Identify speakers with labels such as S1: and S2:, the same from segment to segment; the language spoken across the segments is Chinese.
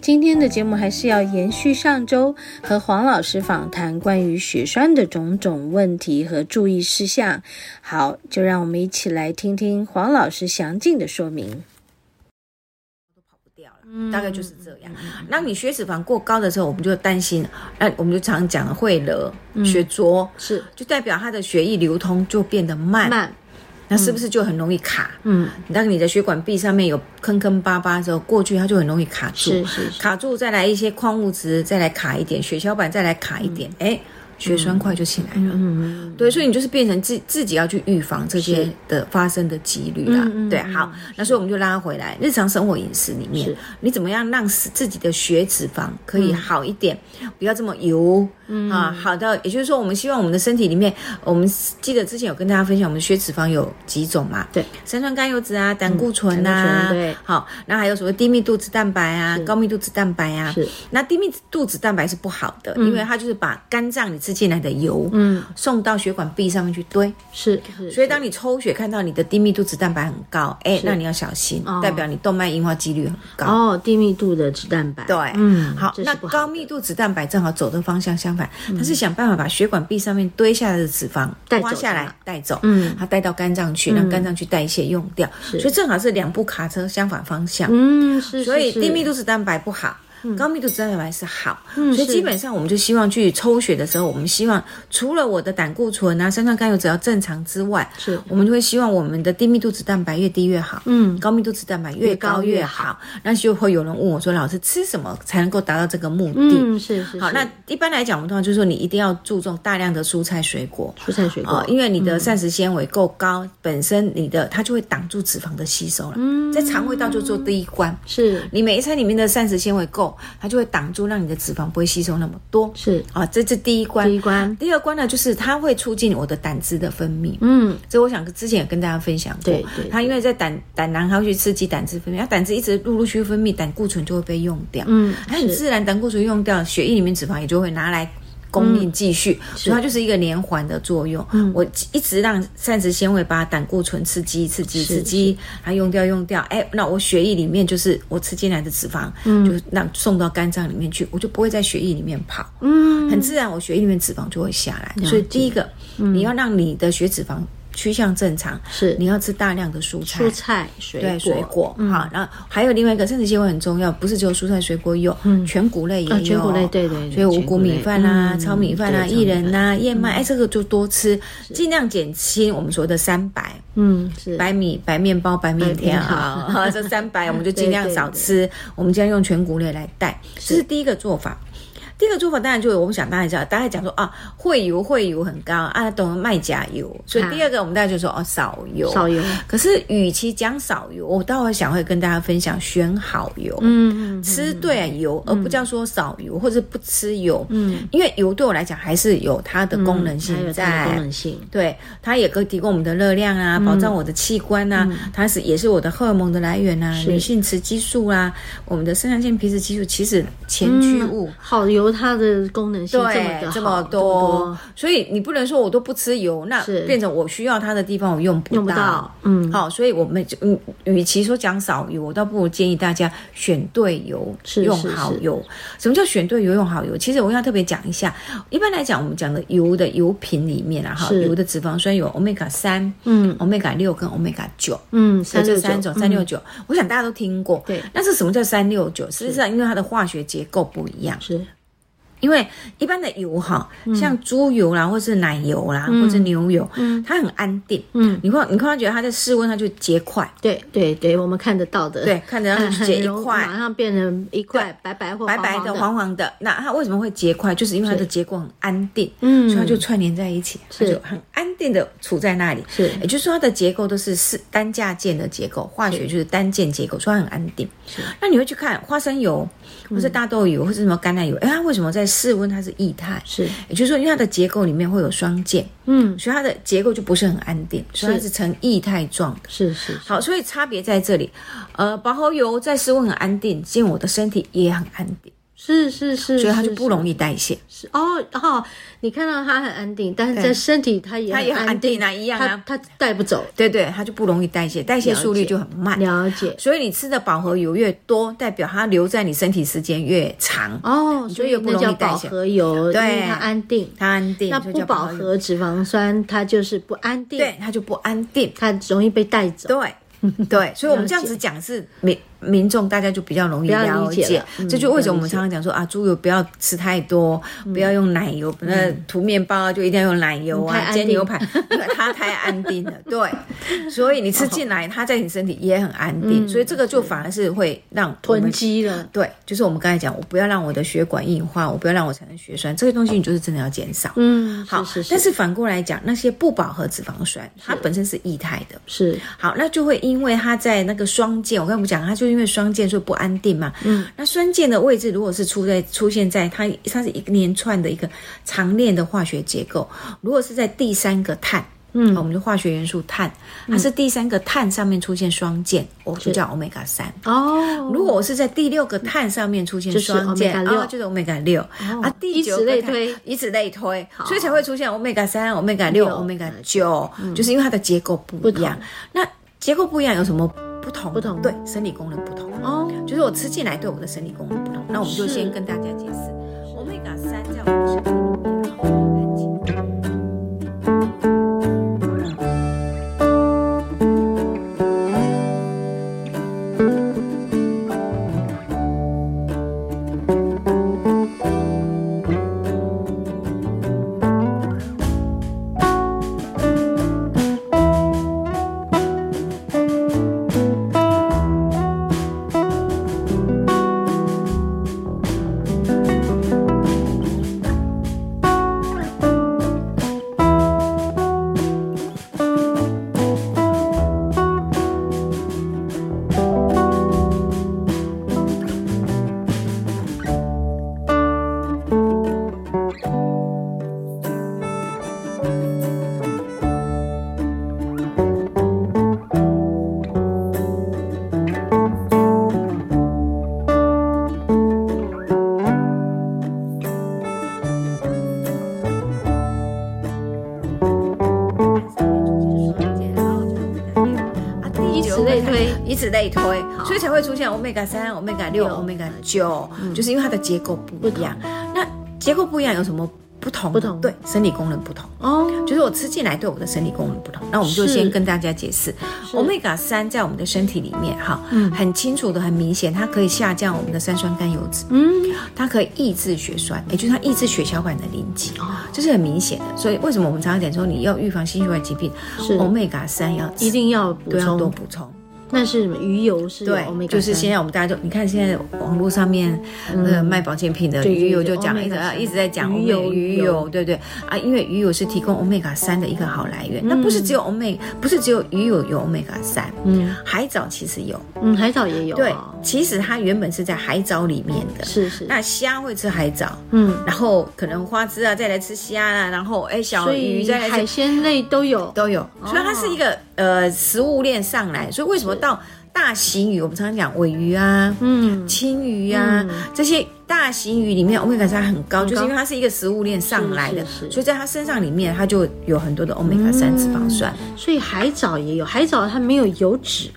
S1: 今天的节目还是要延续上周和黄老师访谈关于血栓的种种问题和注意事项。好，就让我们一起来听听黄老师详尽的说明。
S2: 掉了，大概就是这样。那你血脂肪过高的时候，我们就担心，那我们就常讲会惹血浊，
S1: 是
S2: 就代表它的血液流通就变得慢，
S1: 慢，
S2: 那是不是就很容易卡？
S1: 嗯，
S2: 当你的血管壁上面有坑坑巴巴之后，过去它就很容易卡住，
S1: 是是是
S2: 卡住再来一些矿物质，再来卡一点，血小板再来卡一点，哎、血栓块就起来了。
S1: 嗯
S2: 对，所以你就是变成自自己要去预防这些的发生的几率啦。
S1: 嗯嗯
S2: 对，
S1: 嗯
S2: 好，那所以我们就拉回来，日常生活饮食里面
S1: 是，嗯
S2: 你怎么样让使自己的血脂肪可以好一点，不要这么油、啊？好到，也就是说，我们希望我们的身体里面，我们记得之前有跟大家分享，我们血脂肪有几种嘛？
S1: 对，
S2: 三酸甘油脂啊，胆固醇
S1: 嗯胆固
S2: 啊，
S1: 醇对
S2: 好，那还有什么低密度脂蛋白啊
S1: 是，
S2: 高密度脂蛋白啊？
S1: 是，
S2: 那低密度脂蛋白是不好的，因为它就是把肝脏你吃进来的油，
S1: 嗯，
S2: 送到血管壁上面去堆。
S1: 是是，
S2: 所以当你抽血看到你的低密度脂蛋白很高，哎、那你要小心，
S1: 哦
S2: 代表你动脉硬化几率很高。
S1: 哦，低密度的脂蛋白，
S2: 对，
S1: 嗯，
S2: 好，
S1: 这
S2: 那
S1: 是不好嗯
S2: 高密度脂蛋白正好走的方向相反，它是想办法把血管壁上面堆下来的脂肪
S1: 带走
S2: 挖下来
S1: 的
S2: 带走，
S1: 嗯
S2: 它带到肝脏去，让肝脏去代谢用掉，
S1: 是
S2: 所以正好是两部卡车相反方向。
S1: 嗯是，
S2: 所以低密
S1: 度
S2: 度脂蛋白不好，高密度脂蛋白是好。
S1: 嗯
S2: 所以
S1: 是
S2: 基本上我们就希望去抽血的时候，我们希望除了我的胆固醇啊、三酸甘油脂要正常之外，
S1: 是
S2: 我们就会希望我们的低密度脂蛋白越低越好。
S1: 嗯
S2: 高密度脂蛋白越高
S1: 越高越
S2: 越好，那就会有人问我说：“老师，吃什么才能够达到这个目的？”
S1: 嗯是是，
S2: 好，
S1: 是
S2: 那一般来讲，我们通常就是说，你一定要注重大量的蔬菜水果
S1: 蔬菜水果，
S2: 啊、因为你
S1: 嗯
S2: 的膳食纤维够高，本身你的它就会挡住脂肪的吸收了，
S1: 嗯
S2: 在肠胃道就做第一关。
S1: 是
S2: 你每一餐里面的膳食纤维够，它就会挡住，让你的脂肪不会吸收那么多。
S1: 是
S2: 啊，这是第一关。
S1: 第一关，
S2: 第二关呢，就是它会促进我的胆汁的分泌。
S1: 嗯
S2: 这我想之前也跟大家分享过，
S1: 对对
S2: 它因为在胆胆囊，它会去刺激胆汁分泌，它胆汁一直陆陆续续分泌，胆固醇就会被用掉，
S1: 嗯
S2: 它很自然胆固醇用掉，血液里面脂肪也就会拿来供
S1: 嗯
S2: 应继续，所以它就是一个连环的作用。我一直让膳食纤维把胆固醇刺激、刺激、
S1: 是
S2: 刺激，它用掉、用掉，哎，那我血液里面就是我吃进来的脂肪，
S1: 嗯
S2: 就让送到肝脏里面去，我就不会在血液里面跑，
S1: 嗯
S2: 很自然我血液里面脂肪就会下来。
S1: 解嗯
S2: 所以第一个，你要让你的血脂肪趋向正常，
S1: 是
S2: 你要吃大量的蔬菜
S1: 蔬。菜水果嗯
S2: 对水果，好，然后还有另外一个膳食纤维很重要，不是只有蔬菜水果有，全谷类也有，
S1: 啊全谷类对对对
S2: 所以五谷米饭
S1: 全
S2: 啊、
S1: 谷类嗯
S2: 糙米饭啊、
S1: 对嗯
S2: 薏仁啊、燕麦，哎，这个就多吃，尽量减轻我们说的三白，
S1: 嗯是
S2: 白米、白面包、白面条
S1: 白面
S2: 啊，这三 白我们就尽量少吃，我们尽量用全谷类来代，这是第一个做法。第一个做法当然就是我们想大家知道，大家讲说啊，会油会油很高啊，懂得卖假油，所以
S1: 啊
S2: 第二个我们大家就说哦少油。
S1: 少油，
S2: 可是与其讲少油，我待会想会跟大家分享选好油。
S1: 嗯嗯
S2: 吃对油，而不叫说少油或者不吃油，
S1: 嗯，
S2: 因为油对我来讲还是有它的功能
S1: 还有
S2: 性
S1: 它的
S2: 在，
S1: 功能性，嗯
S2: 对，它也可以提供我们的热量啊，保障我的器官啊，它是也是我的荷尔蒙的来源啊，
S1: 是
S2: 女性雌激素啊，我们的肾上腺皮质激素，其实前驱物。
S1: 好油它的功能性嗯这么
S2: 对
S1: 的，
S2: 这
S1: 好
S2: 么多，所以你不能说我都不吃油，那
S1: 是
S2: 变成我需要它的地方我用不
S1: 用不到，嗯，
S2: 好，所以我们就嗯，与其说讲少油，我倒不如建议大家选对油，
S1: 是
S2: 用
S1: 是
S2: 好
S1: 是
S2: 油。什么叫选对油，用好油？其实我要特别讲一下，一般来讲，我们讲的油的油品里面啊，哈，
S1: 是
S2: 油的脂肪酸有 omega 三、
S1: 嗯
S2: omega 六跟 omega 九。
S1: 嗯，
S2: 有
S1: 三
S2: 这
S1: 六
S2: 三
S1: 九
S2: 种，三六九，我想大家都听过。
S1: 对
S2: 那是什么叫三六九？实际上，因为它的化学结构不一样，
S1: 是
S2: 因为一般的油哈，
S1: 嗯
S2: 像猪油啦，或是奶油啦，或是牛油，它很安定。
S1: 嗯，
S2: 你会你会觉得它在室温它就结块，
S1: 对对对，我们看得到的，
S2: 对，，看着它就结一块
S1: 马，上变成一块白白或
S2: 白白
S1: 黄
S2: 的、
S1: 黄
S2: 黄黄的。那它为什么会结块？就是因为它的结构很安定，
S1: 嗯
S2: 所以它就串联在一起，它
S1: 是
S2: 就很安定的处在那里。
S1: 是
S2: 也就是说它的结构都是是单价键的结构，化学就是单键结构，所以它很安定。那你会去看花生油，或
S1: 嗯
S2: 是大豆油，或是什么橄榄油，哎，它为什么在室温它是液态？
S1: 是，
S2: 也就是说，因为它的结构里面会有双键，
S1: 嗯，
S2: 所以它的结构就不是很安定，所以它是呈液态状的。
S1: 是是，
S2: 好，所以差别在这里。呃，薄荷油在室温很安定，进我的身体也很安定，
S1: 是是是，
S2: 所以它就是不容易代谢。
S1: 是哦哦，你看到它很安定，但是
S2: 对
S1: 在身体它也
S2: 它也很
S1: 安定，
S2: 安定啊一样啊
S1: 它它带不走。
S2: 对对，它就不容易代谢，代谢速率就很慢。
S1: 了解
S2: 所以你吃的饱和油越多，代表它留在你身体时间越长，
S1: 哦，
S2: 就
S1: 所以
S2: 越
S1: 那
S2: 不容易
S1: 叫
S2: 代
S1: 饱
S2: 谢
S1: 和油，因为
S2: 对
S1: 它安定。
S2: 它安定。
S1: 那
S2: 所以
S1: 不
S2: 叫
S1: 饱
S2: 油，
S1: 和脂肪酸它就是不安定，
S2: 对，它就不安定。
S1: 它容易被带走。
S2: 对。对，所以我们这样子讲是民民众大家就比较容易
S1: 比较
S2: 了
S1: 理解
S2: 解，
S1: 了嗯
S2: 这就为什么我
S1: 了
S2: 们
S1: 解嗯
S2: 常常讲说啊，猪油不要吃太多，不要用奶油，那、涂面包啊就一定要用奶油
S1: 嗯太
S2: 啊，
S1: 安定
S2: 煎 牛排，因为它太安定了，对，所以你吃进来，它在你身体也很安定，所以这个就反而是会让我们
S1: 嗯囤积了，
S2: 对，就是我们刚才讲，我不要让我的血管硬化，我不要让我产生血栓，这些东西你就是真的要减少。
S1: 嗯，
S2: 好，
S1: 是是
S2: 但
S1: 是
S2: 是反过来讲，那些不饱和脂肪酸，它本身是液态的。
S1: 是
S2: 好，那就会因为它在那个双键，我刚才我们讲，它就因为双键所以不安定嘛。嗯，那双键的位置如果是出在出现在它，它是一连串的一个长链的化学结构。如果是在第三个碳，嗯，我们的化学元素碳，它是第三个碳上面出现双键，我就叫 omega 三。
S1: 哦，
S2: 如果我是在第六个碳上面出现双键，
S1: 就是 omega 6
S2: 哦就是 omega 六、啊，第九
S1: 以此
S2: 个
S1: 类
S2: 碳
S1: 推，
S2: 以此类推，所以才会出现 omega 三、omega 六、omega 九，就是因为它的结构不一样
S1: 嗯不。
S2: 那结构不一样有什么不同？
S1: 不同
S2: 对，生理功能不同，
S1: 哦，
S2: 就是我吃进来对我的生理功能不同。那我们就是先跟大家解释，omega 三在我们身体里面啊很紧。
S1: 以
S2: 以
S1: 此哦类推，
S2: 以此类推，所以才会出现 omega 三、omega 六、omega 九，
S1: 嗯
S2: 就是因为它的结构不一样。那结构不一样有什么不同？
S1: 不同
S2: 对，生理功能不同。
S1: 哦，
S2: 就是我吃进来对我的生理功能不同，那我们就是先跟大家解释，omega 三在我们的身体里面哈，
S1: 嗯
S2: 很清楚的、很明显，它可以下降我们的三酸甘油脂，
S1: 嗯，
S2: 它可以抑制血栓，也就是它抑制血小板的凝集，
S1: 哦
S2: 这是很明显的。所以为什么我们常常讲说你要预防心血管疾病
S1: 是
S2: ，omega 三要
S1: 一定要补
S2: 都要多
S1: 充。
S2: 补充。
S1: 啊那是什么鱼油是有
S2: 对
S1: omega，，
S2: 就是
S1: 3
S2: 现在我们大家就你看现在网络上面那个卖保健品的
S1: 对
S2: 鱼油
S1: 鱼油
S2: 就讲一直
S1: omega
S2: 啊
S1: 三
S2: 一直在讲
S1: 鱼
S2: 鱼
S1: 油
S2: 油
S1: 鱼
S2: 鱼
S1: 油
S2: 油，对对啊，因为鱼油是提供 omega 三的一个好来源，那不是只有 omega，不是只有鱼油有 omega 三，
S1: 嗯
S2: 海藻其实有，
S1: 嗯，海藻也有、哦，
S2: 对，其实它原本是在海藻里面的，
S1: 是是，
S2: 那虾会吃海藻。
S1: 嗯，
S2: 然后可能花枝啊，再来吃虾啦、然后哎小
S1: 所
S2: 鱼
S1: 以
S2: 再来吃
S1: 海哦鲜类都有，
S2: 都有，所以它是一个呃食物链上来，所以为什么到大型鱼，我们常常讲尾鱼啊，
S1: 嗯，
S2: 青鱼啊、这些大型鱼里面，omega 三很高，就是因为它是一个食物链上来的，
S1: 是是是嗯
S2: 所以在它身上里面，它就有很多的 omega 三脂肪酸。
S1: 所以海藻也有，海藻它没有油脂，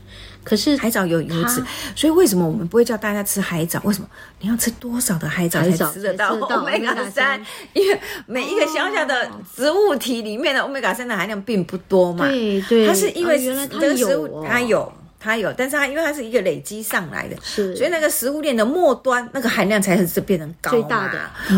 S1: 可是
S2: 海藻有油脂，所以为什么我们不会叫大家吃海藻？为什么你要吃多少的海藻
S1: 海
S2: 才
S1: 藻
S2: 吃得
S1: 才
S2: 到
S1: 吃得到
S2: omega
S1: omega 三哦
S2: 三？因为每一个小小的植物体里面的 omega 三的含量并不多嘛。
S1: 对对
S2: 它是因为
S1: 哦原来它
S2: 这个食物
S1: 有哦
S2: 它有。它有，但是它因为它是一个累积上来的，
S1: 是，
S2: 所以那个食物链的末端那个含量才是变成高
S1: 最大
S2: 嘛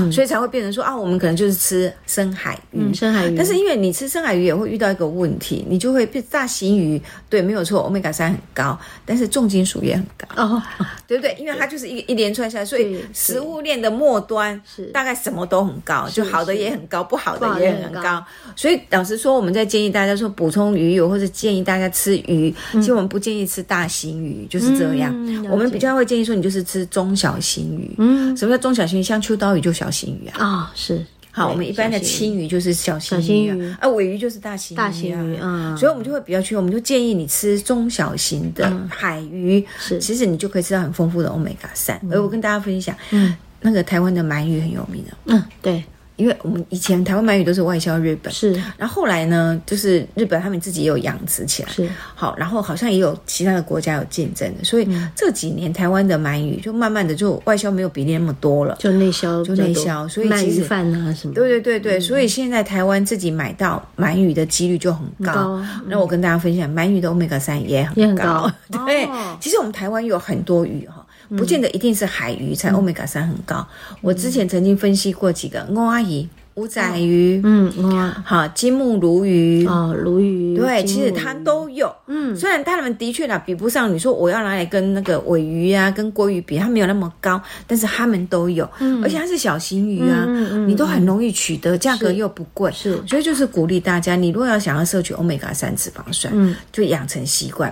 S1: 的，
S2: 所以才会变成说啊，我们可能就是吃深海鱼
S1: 嗯，。深海鱼，
S2: 但是因为你吃深海鱼也会遇到一个问题，你就会被大型鱼，对，没有错，omega 三很高，但是重金属也很高，
S1: 哦，
S2: 对不对？因为它就是一一连串下来，所
S1: 对
S2: 以
S1: 对
S2: 食物链的末端
S1: 是
S2: 大概什么都很高，就好的也很高，不好
S1: 不好
S2: 的
S1: 的
S2: 也
S1: 也
S2: 很
S1: 很
S2: 高。所以老实说，我们在建议大家说补充鱼油，或者建议大家吃鱼，其实我们不建议吃大型鱼，就是这样。
S1: 嗯嗯了解
S2: 我们比较会建议说，你就是吃中小型鱼。
S1: 嗯
S2: 什么叫中小型鱼？像秋刀鱼就小型鱼啊。
S1: 啊，是
S2: 好，
S1: 对
S2: 我们一般的
S1: 小型鱼
S2: 青鱼啊就是小型鱼
S1: 小型鱼
S2: 啊，啊，尾鱼就是大型鱼、啊。
S1: 大型鱼，嗯，
S2: 所以我们就会比较去，我们就建议你吃中小型的海鱼，
S1: 嗯是
S2: 其实你就可以吃到很丰富的 omega 三、而我跟大家分享，
S1: 嗯
S2: 那个台湾的鳗鱼很有名的，
S1: 嗯，对，
S2: 因为我们以前台湾鳗鱼都是外销日本，
S1: 是
S2: 然后后来呢，就是日本他们自己也有养殖起来，
S1: 是
S2: 好，然后好像也有其他的国家有竞争的，所以
S1: 嗯
S2: 这几年台湾的鳗鱼就慢慢的就外销没有比例那么多了。
S1: 就内销比较多，
S2: 内销所以
S1: 鳗
S2: 其实
S1: 鱼饭啊什么，
S2: 对对对对，所以现在台湾自己买到鳗鱼的几率就很
S1: 很
S2: 高。
S1: 高啊
S2: 那我跟大家分享，鳗鱼的 omega 三也很高。
S1: 也很高
S2: 对，
S1: 哦
S2: 哎
S1: 嗯
S2: 其实我们台湾有很多鱼哈，不见得一定是海鱼才 omega 三很高。我之前曾经分析过几个欧阿姨、五仔鱼、
S1: 嗯哇，
S2: 好金目鲈鱼，
S1: 哦，鲈鱼，
S2: 嗯对，
S1: 金
S2: 其实
S1: 目
S2: 它都有。
S1: 嗯
S2: 虽然它们的确啦，比不上你说我要拿来跟那个尾鱼啊、跟鲑鱼比，它没有那么高，但是它们都有，而且它是小型鱼啊，
S1: 嗯嗯嗯嗯
S2: 你都很容易取得，价格
S1: 是
S2: 又不贵，
S1: 是
S2: 所以就是鼓励大家，你如果要想要摄取 omega 三脂肪酸，
S1: 嗯
S2: 就养成习惯。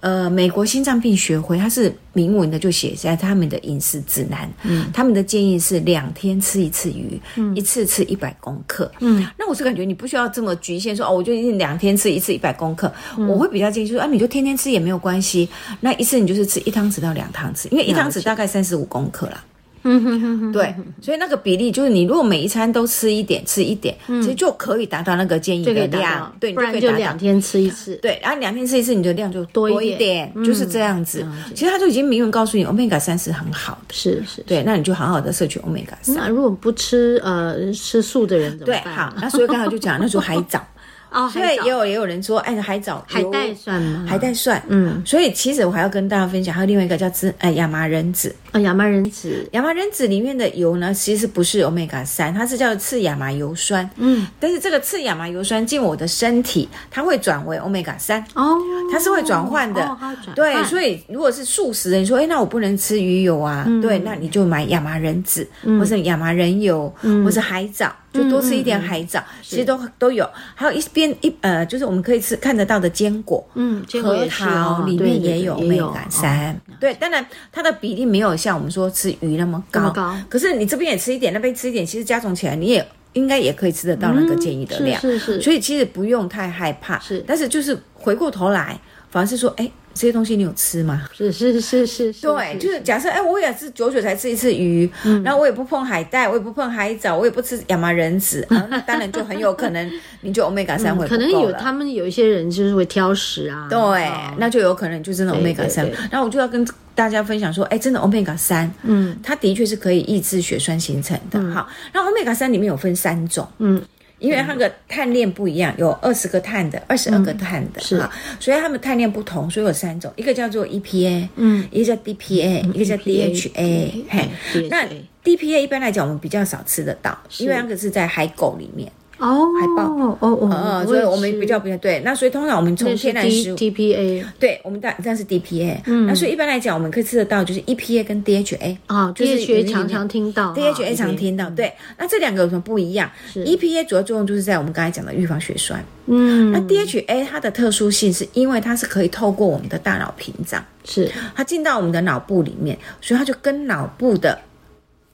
S2: 呃，美国心脏病学会它是明文的就写在他们的饮食指南，嗯，他们的建议是两天吃一次鱼，嗯，一次吃一百公克，
S1: 嗯，
S2: 那我是感觉你不需要这么局限说，哦，我就一定两天吃一次一百公克，我会比较建议说啊，你就天天吃也没有关系，那一次你就是吃一汤匙到两汤匙，因为一汤匙大概三十五公克啦。
S1: 嗯哼哼哼，
S2: 对，所以那个比例就是你如果每一餐都吃一点，吃一点，其实就可以达到那个建议
S1: 嗯就可
S2: 的
S1: 以达
S2: 量
S1: 到，，
S2: 对，你
S1: 不然
S2: 可以
S1: 就
S2: 达到
S1: 两天吃一次，
S2: 对，然后两天吃一次，你的量就多
S1: 多一嗯
S2: 一点，就是这样子。其实他就已经明文告诉你，omega 三是很好的，
S1: 是是，嗯
S2: 对，那你就好好的摄取 omega 三。
S1: 那如果不吃呃吃素的人怎么
S2: 对，
S1: 办？啊
S2: 好，那所以刚才就讲，那时候海 藻，
S1: 哦，
S2: 所以
S1: 海藻
S2: 也有也有人说，哎，海藻
S1: 海
S2: 有
S1: 带算吗？
S2: 海带蒜，
S1: 嗯，
S2: 所以其实我还要跟大家分享，还有另外一个叫芝呃亚麻仁籽，
S1: 啊，亚麻仁籽，
S2: 亚麻仁籽里面的油呢，其实不是 omega 三，它是叫次亚麻油酸，
S1: 嗯，
S2: 但是这个次亚麻油酸进我的身体，它会转为 omega 三。
S1: 哦，
S2: 它是会转换的，
S1: 哦它会转
S2: 对，
S1: 换
S2: 所以如果是素食人，你说，哎，那我不能吃鱼油啊，
S1: 嗯
S2: 对，那你就买亚麻仁籽，或是亚麻仁油，
S1: 嗯
S2: 或是海藻，就多吃一点海藻，其实都都有，还有一边一呃，就是我们可以吃看得到的坚果，
S1: 嗯，坚果
S2: 核
S1: 也是哦
S2: 桃里
S1: 对
S2: 面
S1: 对
S2: 也
S1: 对
S2: 有
S1: 也
S2: 美
S1: 有
S2: 感
S1: 哦
S2: 三，对，当然它的比例没有像我们说吃鱼那么高，
S1: 那么高
S2: 可是你这边也吃一点，那边吃一点，其实加总起来你也应该也可以吃得到那个建议的量，
S1: 是是是，
S2: 所以其实不用太害怕，
S1: 是
S2: 但是就是回过头来，反而是说，哎，这些东西你有吃吗？
S1: 是是是是是，
S2: 对，就是嗯假设哎，我也是久久才吃一次鱼，然后我也不碰海带，我也不碰海藻，我也不吃亚麻仁 籽，啊那当然就很有可能你就 omega 三会不
S1: 可能
S2: 够
S1: 有
S2: 了
S1: 他们有一些人就是会挑食啊，
S2: 对
S1: 哦，
S2: 那就有可能就真的
S1: 对
S2: omega
S1: 对
S2: 三
S1: 对。
S2: 然后我就要跟大家分享说，哎，真的 omega 三，
S1: 嗯
S2: 它的确是可以抑制血栓形成的。好，那 omega 三里面有分三种，
S1: 嗯，
S2: 因为它那个碳链不一样，有二十个碳的，二十二个碳的，
S1: 嗯是
S2: 哈，所以它们碳链不同，所以有三种，一个叫做 EPA，
S1: 嗯，E
S2: 一个叫 DPA，一个叫 DHA，
S1: DHA
S2: 嘿，
S1: DHA
S2: 那 DPA 一般来讲我们比较少吃得到，因为那个是在海狗里面，
S1: 哦，
S2: 海豹
S1: 哦哦，
S2: 呃，
S1: 也
S2: 所以我们
S1: 是
S2: 比较比较对，那所以通常我们从
S1: 那是
S2: 天然食
S1: D
S2: 物。
S1: D P A 嗯
S2: 对，我们大这样是 DPA，、那所以一般来讲，我们可以吃得到就是 EPA 跟 DHA
S1: 啊
S2: 就是
S1: ，D H
S2: 是鱼
S1: A
S2: 里
S1: 常
S2: 面
S1: 常听到啊
S2: DHA 常听到，，对，那这两个有什么不一样 E
S1: 是
S2: ？EPA 主要作用就是在我们刚才讲的预防血栓，
S1: 嗯，
S2: 那 DHA 它的特殊性是因为它是可以透过我们的大脑屏障，
S1: 是
S2: 它进到我们的脑部里面，所以它就跟脑部的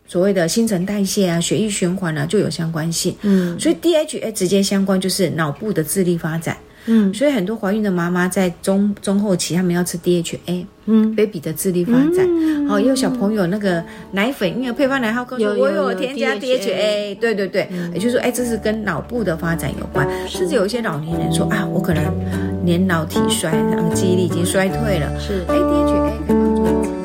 S2: 所谓的新陈代谢啊、血液循环啊就有相关性。
S1: 嗯
S2: 所以 DHA 直接相关就是脑部的智力发展，
S1: 嗯
S2: 所以很多怀孕的妈妈在中中后期，她们要吃 DHA，
S1: 嗯
S2: baby 的智力发展。哦，也有小朋友那个奶粉婴儿配方奶号告诉
S1: 有
S2: 我我
S1: 有
S2: 有
S1: 有
S2: 添加
S1: DHA
S2: DHA，对对对，
S1: 嗯
S2: 也就是说，哎，这是跟脑部的发展有关。甚至有一些老年人说啊，我可能年老体衰，然后记忆力已经衰退了，
S1: 是
S2: 哎，DHA 可以帮助你记忆力。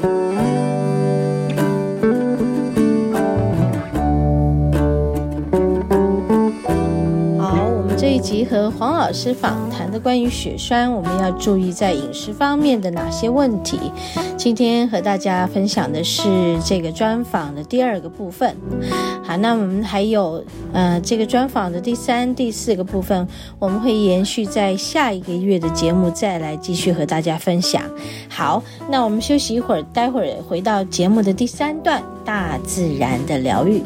S1: 好，我们这一集和黄老师访谈的关于血栓，我们要注意在饮食方面的哪些问题？今天和大家分享的是这个专访的第二个部分。好，那我们还有呃这个专访的第三、第四个部分，我们会延续在下一个月的节目再来继续和大家分享。好，那我们休息一会儿，待会儿回到节目的第三段——大自然的疗愈。